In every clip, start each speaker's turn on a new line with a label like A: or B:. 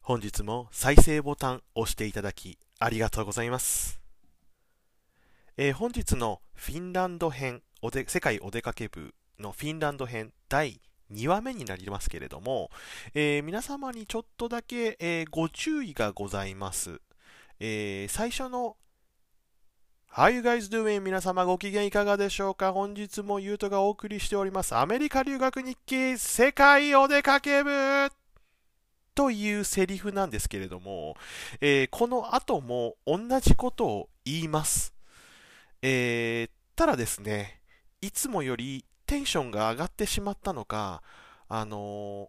A: 本日も再生ボタンを押していただきありがとうございます。えー本日のフィンランド編おで、世界お出かけ部のフィンランド編第2話目になりますけれども、えー皆様にちょっとだけ、えーご注意がございます。えー最初の How you guys doing? 皆様ご機嫌いかがでしょうか本日もゆうとがお送りしております。アメリカ留学日記世界お出かけ部というセリフなんですけれども、えーこの後も同じことを言います。えーただですね、いつもよりテンションが上がってしまったのか、あのー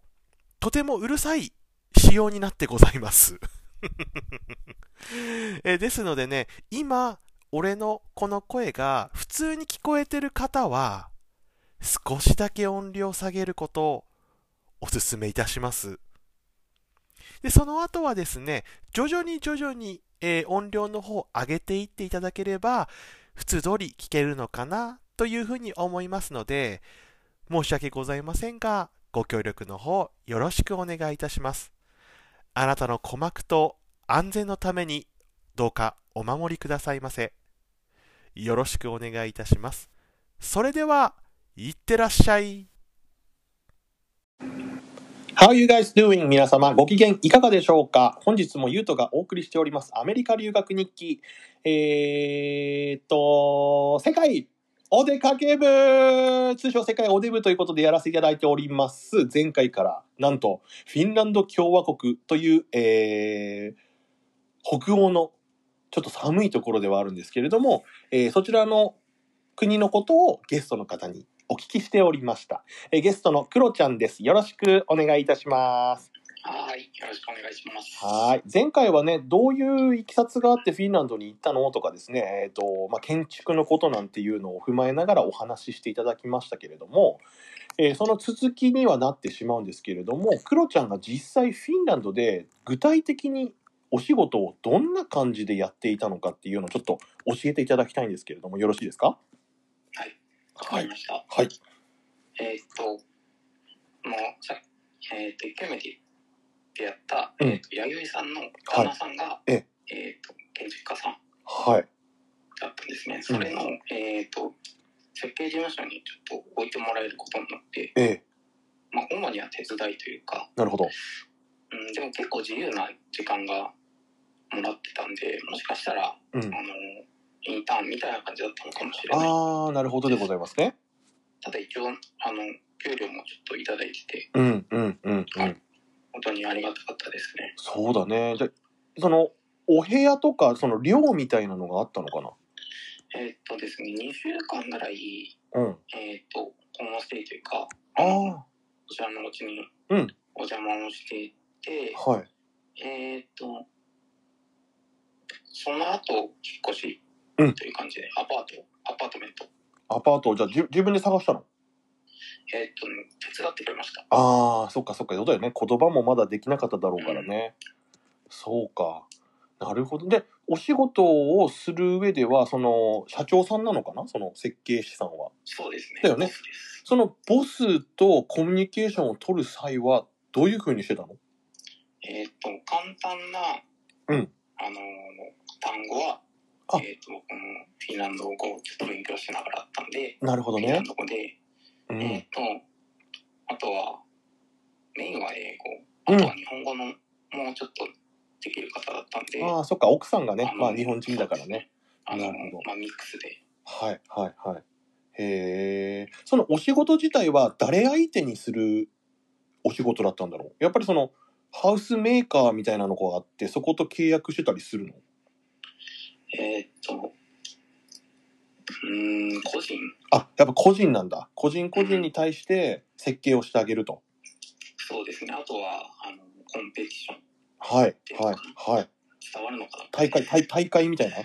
A: とてもうるさい仕様になってございます。 えーですのでね、今、俺のこの声が普通に聞こえてる方は、少しだけ音量下げることをお勧めいたします。で、その後はですね、徐々に徐々に、えー音量の方を上げていっていただければ、普通通り聞けるのかなというふうに思いますので、申し訳ございませんが、ご協力の方よろしくお願いいたします。あなたの鼓膜と安全のためにどうかお守りくださいませ。よろしくお願いいたします。それでは、いってらっしゃい。How you guys doing? 皆様ご機嫌いかがでしょうか本日もゆうとがお送りしておりますアメリカ留学日記。えーっと、世界お出かけ部通称世界お出部ということでやらせていただいております。前回からなんとフィンランド共和国という、えー北欧のちょっと寒いところではあるんですけれども、えーそちらの国のことをゲストの方にお聞きしておりました。えーゲストのクロちゃんです。よろしくお願いいたします。
B: はい、よろしくお願いします。
A: はい。前回はね、どういういきさつがあってフィンランドに行ったのとかですね、えっ、と、まあ、建築のことなんていうのを踏まえながらお話ししていただきましたけれども、えーその続きにはなってしまうんですけれども、クロちゃんが実際フィンランドで具体的にお仕事をどんな感じでやっていたのかっていうのをちょっと教えていただきたいんですけれども、よろしいですか
B: わかりました。
A: はい。
B: えーっと、もうさ、えーっと、一回目でやった、
A: うん
B: えーっと、弥生さんの旦那さんが、
A: いえ
B: えーっと、建築家さん
A: はい。
B: だったんですね。それの、えーっと、設計事務所にちょっと置いてもらえることになって、
A: ええ
B: まあ、主には手伝いというか、
A: なるほど。
B: うん、でも結構自由な時間がもらってたんで、もしかしたら、
A: うん
B: あ。の、インターンみたいな感じだったのかもしれない。
A: あー、なるほどでございますね。
B: ただ一応、あの、給料もちょっといただいてて、
A: うんうんうんうん。
B: 本当にありがたかったですね。
A: そうだね。じゃあそのお部屋とかその寮みたいなのがあったのかな。
B: えーっとですね、2週間ぐらい、
A: うん。
B: えーっと、ホームステイというか、
A: あ
B: こちらのお家に
A: うん
B: お邪魔をしていて
A: あ、、はい。
B: えーっと、その後、引っ越し
A: うん
B: という感じで、アパート、アパートメント、
A: アパートをじゃあじ自分で探したの。
B: えーっと、手伝ってくれました。
A: ああ、そっかそっか。そうだよね。言葉もまだできなかっただろうからね。そうか。なるほど。で、お仕事をする上では、その、社長さんなのかなその設計士さんは。
B: そうですね。
A: だよね
B: ボスです
A: そのボスとコミュニケーションを取る際は、どういうふうにしてたの
B: えーっと、簡単な、
A: うん
B: あのー、単語は
A: あ、
B: えーっと、僕もフィンランド語をちょっと勉強しながらだったんで、
A: なるほ
B: フ
A: ど
B: ィン
A: ね
B: ラン。ド語で、
A: う
B: えっ
A: ん。
B: と、あとは、メインは英語、
A: うん
B: あとは日本語のもうちょっとできる方だったんで、
A: ああ、そっか。奥さんがね
B: あ、の
A: まあ日本人だからね。。
B: あの
A: なるほど
B: まあ、ミックスで。
A: はいはいはい。へえ。そのお仕事自体は誰相手にするお仕事だったんだろうやっぱりそのハウスメーカーみたいなのがあって、そこと契約してたりするの
B: えっと、うーん、個人、
A: あ、やっぱ個人なんだ。個人個人に対して設計をしてあげると。
B: そうですね。あとは、あの、コンペティション、
A: はいはいはい。
B: 伝わるのかな
A: 大会、大大会みたいな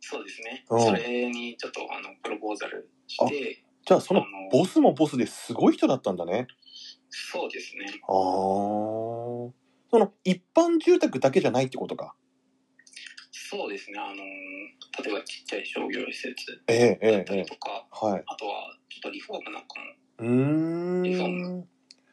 B: そうですね。
A: うん
B: それにちょっと、あの、プロポーザルして、
A: じゃあそ
B: あ
A: の
B: の、
A: ボスもボスですごい人だったんだね。
B: そうですね。
A: ああ。その一般住宅だけじゃないってことか。
B: そうですね。あの、例えばちっちゃい商業施設
A: ええ
B: だっ
A: ええ
B: たり
A: ええ。
B: とか、
A: はい。
B: あとは、ちょっとリフォームなんかも
A: うーん。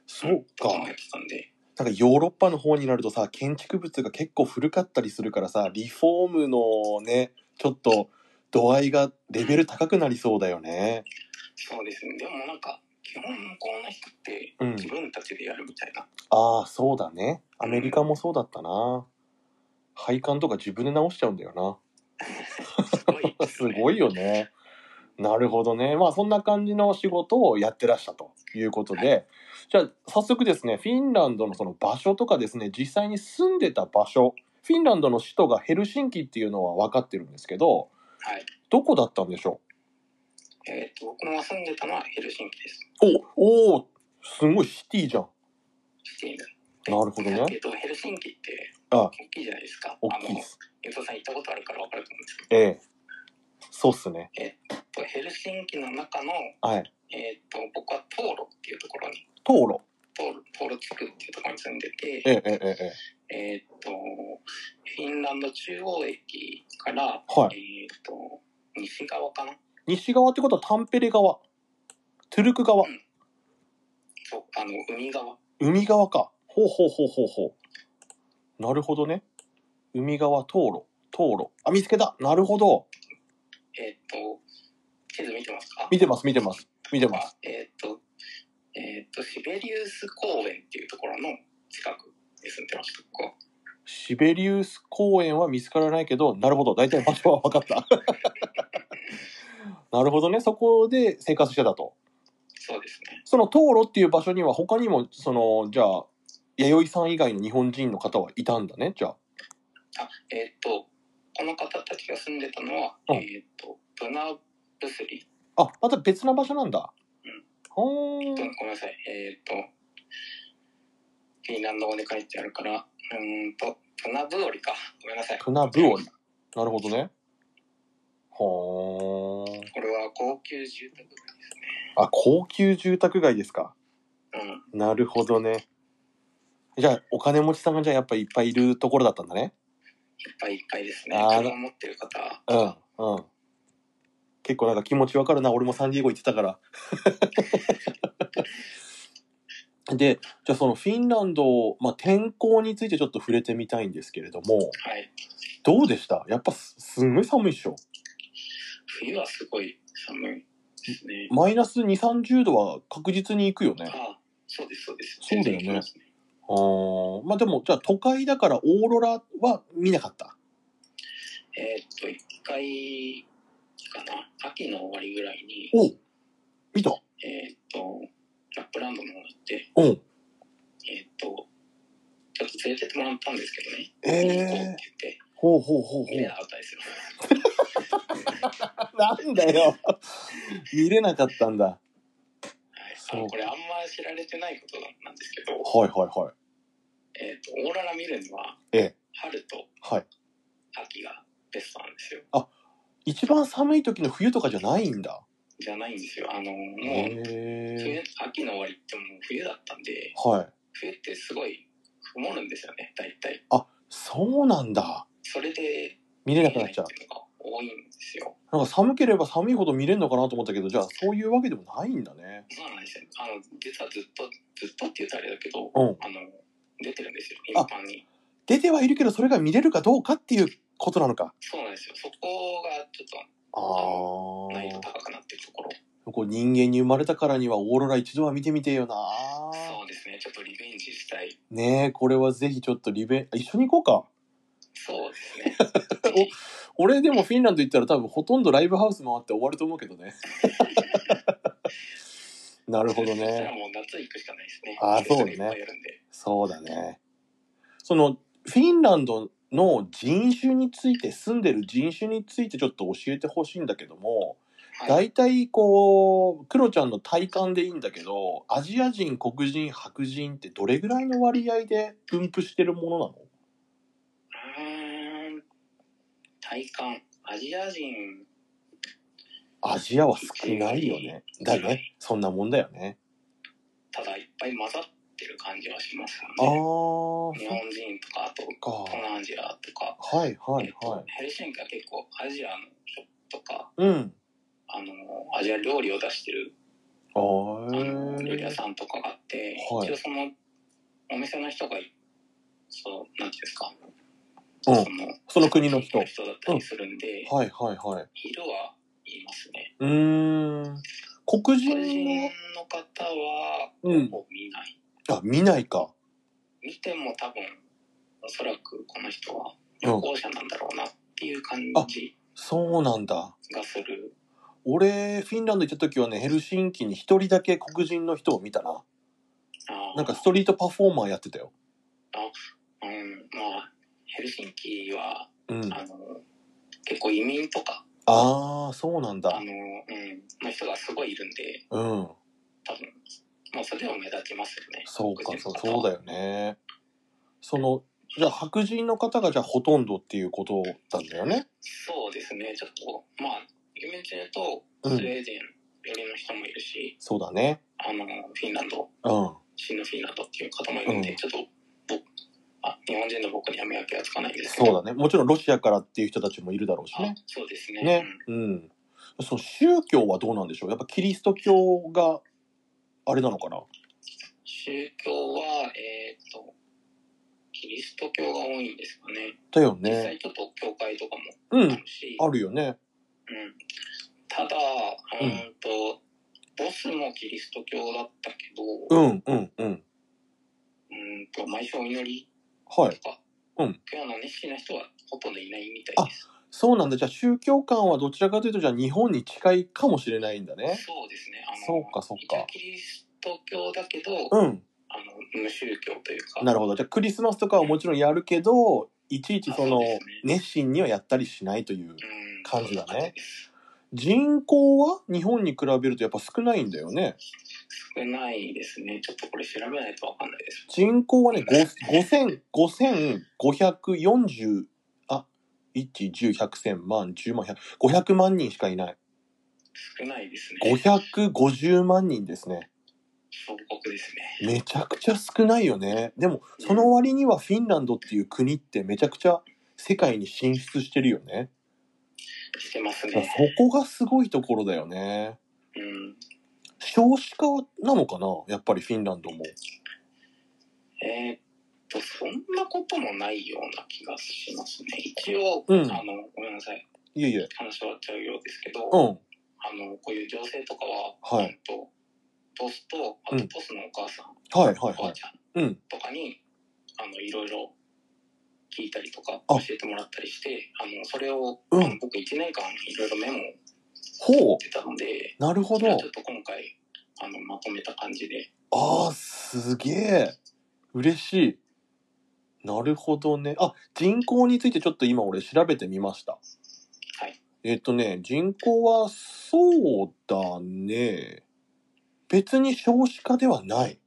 A: そうか。
B: 考えてたんで、
A: なんかヨーロッパの方になるとさ建築物が結構古かったりするからさリフォームのねちょっと度合いがレベル高くなりそうだよね。
B: そうですねでもなんか基本向こうの人って
A: うん
B: 自分たちでやるみたいな、
A: ああそうだねアメリカもそうだったな配管とか自分で直しちゃうんだよな。
B: すごいです
A: す
B: ね
A: ごいよね。なるほどね。まあそんな感じの仕事をやってらしたということで、じゃあ早速ですね、フィンランドのその場所とかですね、実際に住んでた場所、フィンランドの首都がヘルシンキっていうのは分かってるんですけど、
B: はい
A: どこだったんでしょ
B: えっ、と僕の住んでたのはヘルシンキです
A: うおおーすごいシティじゃん。
B: シティ
A: なるほど
B: だけ
A: ね。
B: どヘルシンキって
A: あ
B: 大、きいじゃないですか
A: 大きい
B: あ
A: で
B: の
A: す。
B: 伊藤さん行ったことあるから分かると思うんですけ
A: ええ。そうっすね。
B: どヘルシンキの中の、
A: はい。
B: えっと僕はトーロっていうところに
A: 道路。
B: トーロトーロ地区っていうところに住んでて
A: ええええええ。
B: えっとフィンランド中央駅から、
A: はい。
B: えっと西側かな
A: 西側ってことはタンペレ側。トゥルク側。
B: そうあの海側
A: 海側か。ほうほうほうほうほう。なるほどね。海側、灯路、灯路。あ、見つけたなるほど。
B: えっと地図見てますか
A: 見てます、見てます。見てます。
B: えっ、と、えっ、と、シベリウス公園っていうところの近くに住んでました、ここ。
A: シベリウス公園は見つからないけど、なるほど。大体場所は分か った。なるほどね。そこで生活してたと。
B: そうですね。
A: その灯路っていう場所には他にも、その、じゃあ、弥生さん以外の日本人の方はいたんだね、じゃあ。
B: あ、えっ、と、この方たちが住んでたのは、
A: うん
B: えっ、と、ブナブスリ、
A: あ、また別な場所なんだ。
B: うん
A: ほー
B: うんごめんなさい、えっ、と、フィンランド語で書いてあるから、うーんと、ブナブオリか。ごめんなさい。
A: プナブオリ。 なるほどね。ほーん。
B: これは高級住宅街ですね。
A: あ、高級住宅街ですか。
B: うん、
A: なるほどね。じゃあ、お金持ちさんがじゃあやっぱりいっぱいいるところだったんだね。
B: いっぱいいっぱいですね。
A: あー
B: 車を持ってる方は。
A: うん、うん。結構なんか気持ちわかるな。俺もサンディエゴ行ってた から。で、じゃあそのフィンランド、まあ、天候についてちょっと触れてみたいんですけれども、
B: はい。
A: どうでしたやっぱすすんごい寒いっしょ。
B: 冬はすごい寒いですね。
A: マイナス2、30度は確実に行くよね。
B: ああそうですそうです
A: そうだよね
B: 全然行きます
A: あーまあでもじゃあ都会だからオーロラは見なかった
B: えーっと一回かな秋の終わりぐらいに
A: お見た
B: えーっとラップランドの方に行って
A: うん
B: えーっとちょっと連れてってもらったんですけどね、
A: え
B: 見に行こうって
A: え
B: 言って
A: ほうほうほうほ
B: 見れなかったですよ
A: うなんだよ 見れなかったんだは
B: はい
A: そう
B: あのこれあんま知られてないことなんですけど、
A: いはいはい
B: えーっとオーロラ見るには
A: ええ
B: 春と
A: はい
B: 秋がベストなんですよ
A: 一番寒い時の冬とかじゃないんだ
B: じゃないんですよあのもう冬
A: へえ
B: 秋の終わりってもう冬だったんで
A: はい
B: 冬ってすごい曇るんですよね大体
A: あそうなんだ
B: それで
A: 見れなくなっちゃう
B: 見えないっていうのが多いんですよ。
A: なんか寒ければ寒いほど見れるのかなと思ったけどじゃあそういうわけでもないんだね
B: そうなんですよ。あの実はずっとずっとって言うとあれだけど、
A: うん
B: あの出てるんですよ。一
A: あ
B: 般に。
A: 出てはいるけどそれが見れるかどうかっていうことなのか
B: そうなんですよ。そこがちょっ
A: あ
B: と
A: あ
B: 難易度高くなってるところ。
A: こう人間に生まれたからにはオーロラ一度は見てみてえよな
B: そうですね。ちょっとリベンジしたい。
A: ねえこれはぜひちょっとリベあ一緒に行こう
B: そうで すね。
A: か俺でもフィンランド行ったら多分ほとんどライブハウス回って終わると思うけどねなるほど
B: そしたら
A: ね
B: もう夏行くしかないですね。
A: あーそうね
B: いっぱいやるんで。
A: そうだねそのフィンランドの人種について住んでる人種についてちょっと教えてほしいんだけども
B: はい。
A: 大体こうクロちゃんの体感でいいんだけどアジア人黒人白人ってどれぐらいの割合で分布してるものなの
B: うーん体感アジア人
A: アジアは少ないよね。だよね。そんなもんだよね。
B: ただいっぱい混ざってる感じはします
A: ああ、
B: よね。
A: そ
B: 日本人とかあと
A: っか。
B: 東南アジアとか。
A: はいはいは
B: ヘルシンキは結構アジアのショップとか、
A: い。うん。
B: あのアジア料理を出してる
A: あ
B: あの料理屋
A: ー
B: さんとかがあって、
A: はい
B: 一応そのお店の人が、そう、なんていうんですか。
A: うん
B: その
A: その国の人
B: 人だったりするんで、
A: はいはいはい。
B: 色は言いますね。
A: うーん。黒
B: 個
A: 人
B: 人
A: の、
B: の方は、
A: うん。
B: ほぼ見ない。
A: あ、見ないか。
B: 見ても多分、おそらくこの人は旅行者なんだろうなっていう感じ
A: そうなんだ。
B: がする。
A: 俺、フィンランド行った時はね、ヘルシンキに一人だけ黒人の人を見たな。
B: あー
A: なんかストリートパフォーマーやってたよ。
B: うん、まあ、ヘルシンキは、
A: うん。
B: あの、結構移民とか、
A: ああ、そうなん
B: あ
A: だ
B: の、う。ん、の人がすごいいるんで、
A: うん。
B: 多分、もうそれでも目立ちますよね。
A: そうか
B: 黒、
A: そ
B: 人
A: う
B: の方
A: そうだよね。その、じゃあ白人の方がじゃあほとんどっていうことなんだよね。
B: そうですね、ちょっと、まあ、有名人だと、
A: う
B: スウェー
A: ん。
B: デン寄りの人もいるし、
A: そうだね。
B: あの、フィンランド、
A: うん。
B: 新のフィンランドっていう方もいるんで、
A: うん
B: ちょっと僕あ、日本人の僕には見分けがつかないんですけど。
A: そうだね。もちろんロシアからっていう人たちもいるだろうし
B: あ
A: ね。
B: そうですね。
A: ね。うん。その宗教はどうなんでしょうやっぱキリスト教があれなのかな
B: 宗教は、えっ、と、キリスト教が多いんですかね。
A: だよ
B: 実
A: ね。
B: 際ちょっと教会とかも
A: う
B: あ
A: ん。
B: るし、
A: あるよね。
B: うんただ、うーんと、ボスもキリスト教だったけど、
A: う、
B: うん
A: うん、うん。
B: ーんと、毎週お祈り
A: は
B: と
A: い。
B: か、
A: うん
B: 今日の熱心な人はほとんどいないみたいです。
A: そうなんだ。じゃあ宗教観はどちらかというと、じゃあ日本に近いかもしれないんだね。
B: そうですね。あの
A: そうかそうか
B: 一応キリスト教だけど、
A: うん。
B: あの無宗教というか
A: なるほど。じゃあクリスマスとかはもちろんやるけど、いちいちその
B: そうですね、
A: 熱心にはやったりしないという。
B: うん
A: 感じだね
B: そういう感じです
A: 人口は日本に比べるとやっぱ少ないんだよね。
B: 少ないですねちょっとこれ調べないとわかんないです
A: 人口はね、5 5540あ1 1 0 100万10万100 500万人しかいない
B: 少ないですね
A: 550万人ですね
B: 小国ですね
A: めちゃくちゃ少ないよねでもその割にはフィンランドっていう国ってめちゃくちゃ世界に進出してるよね
B: してます
A: そ
B: ね
A: こがすごいところだよね
B: うん
A: 少子化なのかなやっぱりフィンランドも
B: えーっとそんなこともないような気がしますね一応、
A: うん
B: あのごめんなさい
A: いえいえ
B: 話はちゃうようですけど、
A: う
B: あ
A: ん
B: のこういう情勢とかは、
A: はい
B: うんとボスとあ
A: う
B: と
A: ん
B: ボスのお母さん、
A: はいはい
B: おば
A: は
B: あ
A: い
B: ちゃん
A: うん
B: とかにあのいろいろ聞いたりとか
A: あ
B: 教えてもらったりしてあのそれを、
A: うん
B: あの僕1年間いろいろメモを
A: ほう
B: 出たので
A: なるほ
B: それ
A: ど
B: をちょっと今回あのまとめた感じで
A: ああ、すげえ。嬉しい。なるほどね。あ、人口についてちょっと今俺調べてみました。
B: はい
A: えっとね、人口はそうだね。別に少子化ではない。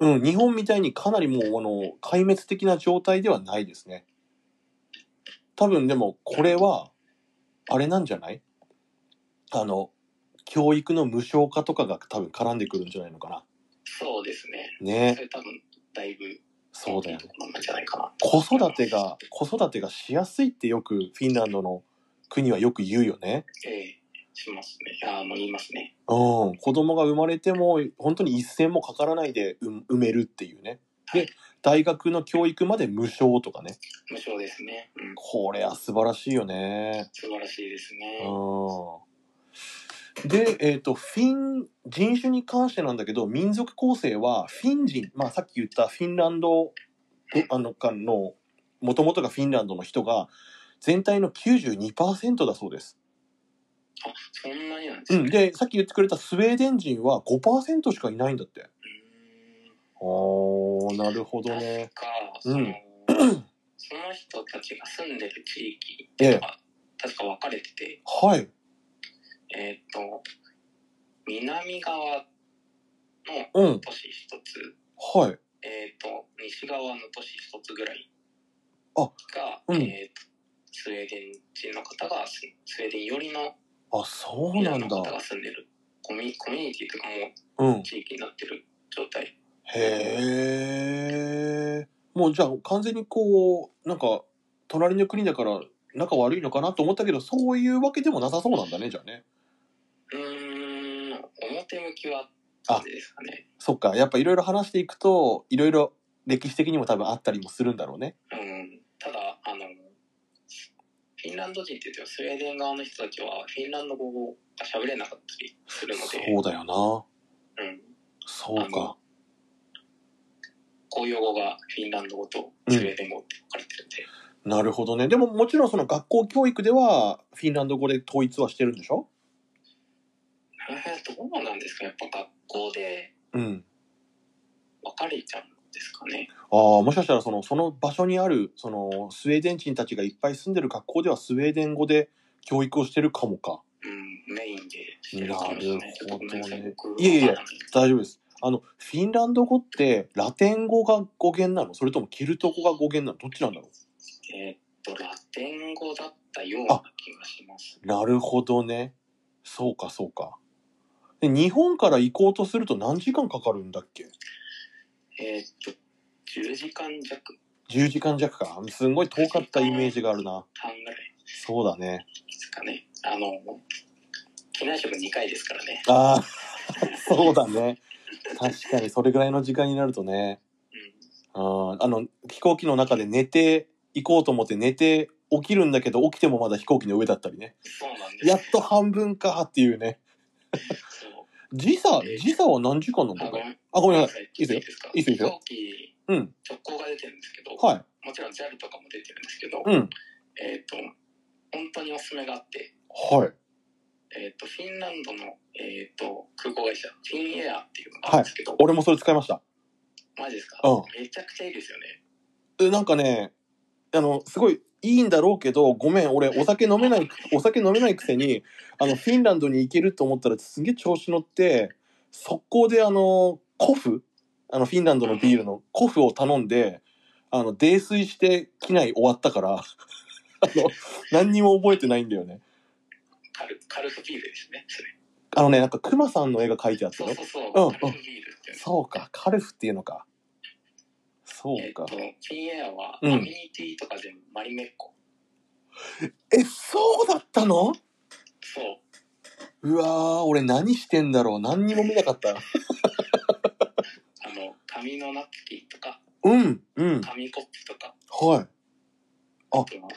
A: うん。日本みたいにかなりもうあの、壊滅的な状態ではないですね。多分でもこれは、あれなんじゃないあの、教育の無償化とかが多分絡んでくるんじゃないのかな。
B: そうですね
A: ね
B: そ。れ多分だいぶ
A: そうだよ
B: いい
A: ね
B: と。ころなんじゃないかな
A: 子育てが、子育てがしやすいってよくフィンランドの国はよく言うよね。
B: ええしますねああもう言いますね
A: うん。子供が生まれても、本当に一銭もかからないでう埋めるっていうね。
B: は
A: で
B: い、
A: 大学の教育まで無償とかね。
B: 無償ですね、うん、
A: これは素晴らしいよね。
B: 素晴らしいですね
A: うん。で、えっ、と、フィン、人種に関してなんだけど、民族構成はフィン人、まあさっき言ったフィンランド、えあの、かの、もともとがフィンランドの人が、全体の92%だそうです。
B: あそんなになんです
A: う
B: ね
A: ん。で、さっき言ってくれたスウェーデン人は5%しかいないんだって。
B: うん
A: おー、なるほどね。
B: か、
A: う
B: そ
A: ん
B: のその人たちが住んでる地域
A: え
B: と
A: え。
B: か、確か分かれてて、
A: はい。
B: えーっ、と、南側の
A: うん。
B: 都市一つ、
A: はい。
B: えーっ、と、西側の都市一つぐらい
A: あ
B: が、
A: うん
B: えーっ、と、スウェーデン人の方が住、スウェーデン寄りの
A: あ、そうな
B: 南
A: んだ
B: の方。が住んでるコミコミュニティというか
A: う
B: も
A: ん
B: う。地域になってる状態。
A: へえ。もうじゃあ完全にこう、なんか、隣の国だから仲悪いのかなと思ったけど、そういうわけでもなさそうなんだね、じゃあね。
B: うーん、表向きは感じですかね。
A: そっか、やっぱいろいろ話していくと、いろいろ歴史的にも多分あったりもするんだろうね。
B: うん、ただあのフィンランド人って言ってもスウェーデン側の人たちはフィンランド語が喋れなかったりするので
A: そうだよな。
B: うん、
A: そうか。
B: 公用語がフィンランド語とスウェーデン語って分かれてるんで、
A: なるほどね。でももちろんその学校教育ではフィンランド語で統一はしてるんでしょ
B: えーどうなんですかやっぱ学校で
A: うん。
B: 分かれちゃうんですかね
A: ああ、もしかしたらその、その場所にある、その、スウェーデン人たちがいっぱい住んでる学校ではスウェーデン語で教育をしてるかもか。
B: うんメインでしてるかもしれないちょっとごめんなさ
A: なる
B: い
A: ほど
B: 僕
A: ねいやいやいや
B: わかんない
A: 大丈夫です。あの、フィンランド語ってラテン語が語源なのそれともキルト語が語源なのどっちなんだろ
B: えーっとラテン語だったような気がします
A: うなるほどね。そうか、そうか。で日本から行こうとすると何時間かかるんだっけ
B: えーっと10時間弱
A: ?10 時間弱か。すんごい遠かったイメージがあるな。
B: 半ぐらい
A: そうだね。
B: ですかね。あの、機内食2回ですからね。
A: ああ、 そうだね。確かに、それぐらいの時間になるとね。あーあの、飛行機の中で寝て行こうと思って寝て起きるんだけど、起きてもまだ飛行機の上だったりね。
B: そうなんです。
A: やっと半分かっていうね。
B: そう。
A: 時差、時差は何時間なんだ
B: あ、
A: ろ
B: ご
A: う
B: めん。
A: あ、ごめんなさい。
B: い
A: いいですよ
B: ですか
A: いいですよ
B: 飛行機
A: うん。
B: 直行が出てるんですけど、
A: はい。
B: もちろん JAL とかも出てるんですけど、
A: うん。
B: えっ、と、本当におすすめがあって、
A: はい。
B: えっ、と、フィンランドの、えっ、と、空港会社、フィンエアっていうのがあるんですけど、
A: 俺もそれ使いました。
B: マジですか、
A: うん
B: めちゃくちゃいいですよね。
A: えなんかね、あの、すごいいいんだろうけど、ごめん、俺お酒飲めない、お酒飲めないくせに、あの、フィンランドに行けると思ったらすげえ調子乗って、速攻であの、コフあの、フィンランドのビールのコフを頼んで、あの、泥酔して機内終わったから、 あの、何にも覚えてないんだよね。
B: カルカルフビールですね、それ。
A: あのね、なんかクマさんの絵が描いてあった
B: そ
A: の
B: う。そうそう、
A: うんうん
B: カルフビールっていうの
A: そうか、カルフっていうのか。そうか
B: えっ、。と、フィンエアは、
A: うん
B: アミニティとか全部マリメッコ。
A: え、そうだったの
B: そう。
A: うわー、俺何してんだろう。何にも見なかった。
B: あの紙のナプキンとか
A: うん、うん。
B: 紙コップとか
A: はい。あ
B: あとは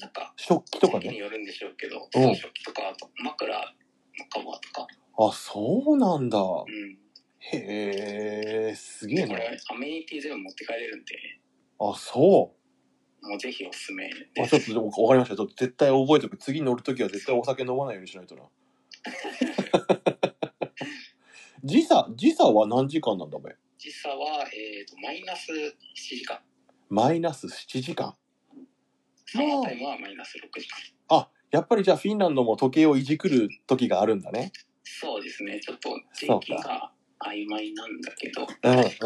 B: なんか
A: 食器とか
B: 時期に
A: ね。
B: よるんでしょうけど
A: うん
B: 装飾とかあと枕のカバーとか、
A: あ、そうなんだ。
B: うん、
A: へー、すげえ
B: でこ
A: な。
B: れアメニティ全部持って帰れるんで
A: あ、そ
B: もうぜひおすすめ
A: う。あ、
B: で
A: ち
B: す
A: ょっとでもわかりました。ちょっと絶対覚えておく。次乗るときは絶対お酒飲まないようにしない とな。時差、時差は何時間なんだべ
B: 時差は、えー、とマイナス7時間
A: マイナス7時間。
B: サマータイムはマイナス6時間
A: あ、やっぱりじゃあフィンランドも時計をいじくる時があるんだね。
B: そうですねちょっと時
A: そうか
B: 期が曖昧なんだけど、
A: うんうんうん
B: 3月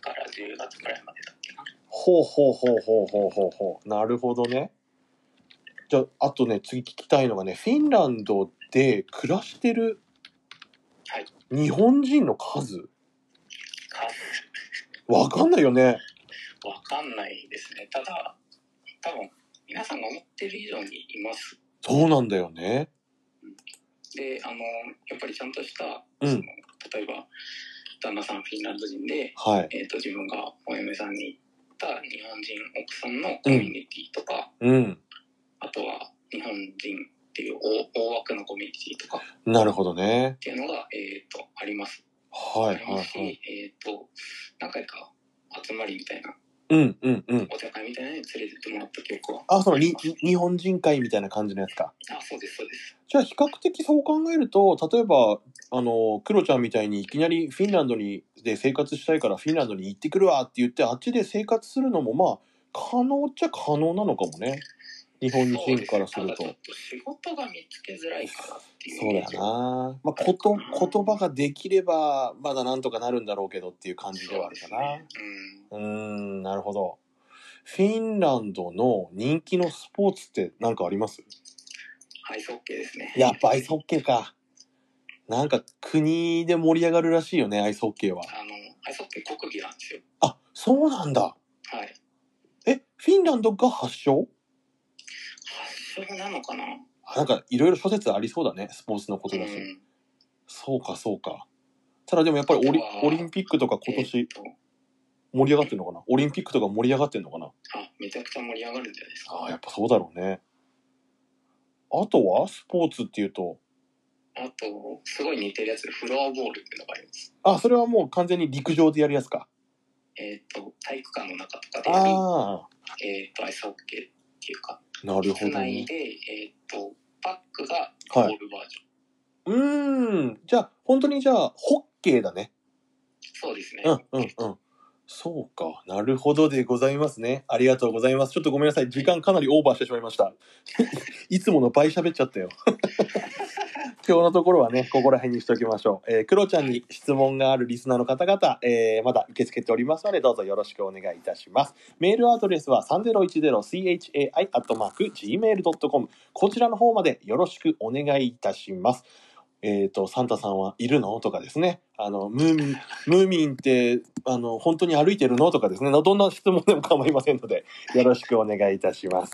B: から10月くらいまでだっけな
A: ほうほうほうほうほうほうほう。なるほどね。じゃあ、あとね、次聞きたいのがね、フィンランドで暮らしてる
B: はい
A: 日本人の数。
B: か
A: わかんないよね。
B: わかんないですね。ただ、多分、皆さんが思ってる以上にいます。
A: そうなんだよね。
B: で、あの、やっぱりちゃんとした、
A: うん
B: その例えば、旦那さんフィンランド人で、
A: はい。
B: えっ、と、自分がお嫁さんに行った日本人奥さんのコミュニティとか、
A: うん。
B: あとは日本人っていう大大枠のコミュニティとかっ
A: なるほどね。
B: ていうのが、えっ、と、あります。
A: は
B: あ
A: い
B: り
A: は
B: ま
A: い
B: すし、
A: はい。
B: えっ、と、何回か集まりみたいな、
A: うんうんうん。
B: お茶会みたいなのに連れてってもらった記憶は。
A: あ、その
B: あ
A: に
B: ります
A: 日本人会みたいな感じのやつか。
B: あ、そうです、そうです。
A: じゃあ比較的そう考えると例えばあのクロちゃんみたいにいきなりフィンランドにで生活したいからフィンランドに行ってくるわって言ってあっちで生活するのもまあ可能っちゃ可能なのかもね日本人からす
B: そう
A: る
B: ですねただ
A: と
B: ちょっと仕事が見つけづらいかなっていう
A: そうだよな、まあ、こと言葉ができればまだなんとかなるんだろうけどっていう感じではあるかな
B: そうですね
A: うーんなるほどフィンランドの人気のスポーツって何かあります
B: うんアイスホッケーですね
A: やっぱアイスホッケーか。なんか国で盛り上がるらしいよね、アイスホッケーは。
B: あのアイスホッケー国技なんですよ
A: あ、そうなんだ。
B: はい
A: え、フィンランドが発祥
B: 発祥なのかな
A: あなんかいろいろ諸説ありそうだね、スポーツのことだし。
B: うん
A: そうか、そうか。ただでもやっぱりオリ
B: あとは
A: オリンピックとか今
B: え
A: 年
B: っと
A: 盛り上がってるのかなオリンピックとか盛り上がってるのかな
B: あ、めちゃくちゃ盛り上がるんじゃないですか。
A: ああ、やっぱそうだろうね。あとはスポーツっていうと、
B: あと、すごい似てるやつでフロアボールっていうのがあります。
A: あ、それはもう完全に陸上でやるやつか。
B: えっ、と、体育館の中とかでやる、
A: あ
B: えっ、と、アイスホッケーっていうか、
A: あ、なるほ
B: 室
A: ど、
B: 内
A: ね。
B: で、えっ、と、パックがボ
A: はい
B: ールバージョン。
A: うーん。じゃあ、本当にじゃあ、ホッケーだね。
B: そうですね。
A: うん、うん、うん。そうか。なるほどでございますね。ありがとうございます。ちょっとごめんなさい。時間かなりオーバーしてしまいました。 いつもの倍喋っちゃったよ。 今日のところはね、ここら辺にしておきましょう。えー、クロちゃんに質問があるリスナーの方々、えー、まだ受け付けておりますので、どうぞよろしくお願いいたします。メールアドレスは 3010chai.gmail.com。こちらの方までよろしくお願いいたします。えっ、と、サンタさんはいるのとかですね。あの、ムーミン、ムーミンって、あの、本当に歩いてるのとかですね。どんな質問でも構いませんので、よろしくお願いいたします。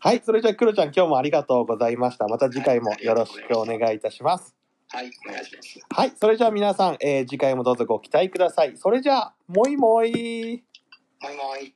A: はい。それじゃあ、クロちゃん、今日もありがとうございました。また次回もよろしくお願いいたします。
B: はい、お願いします。
A: はい、それじゃあ皆さん、えー次回もどうぞご期待ください。それじゃあ、もいもい。
B: もいもい。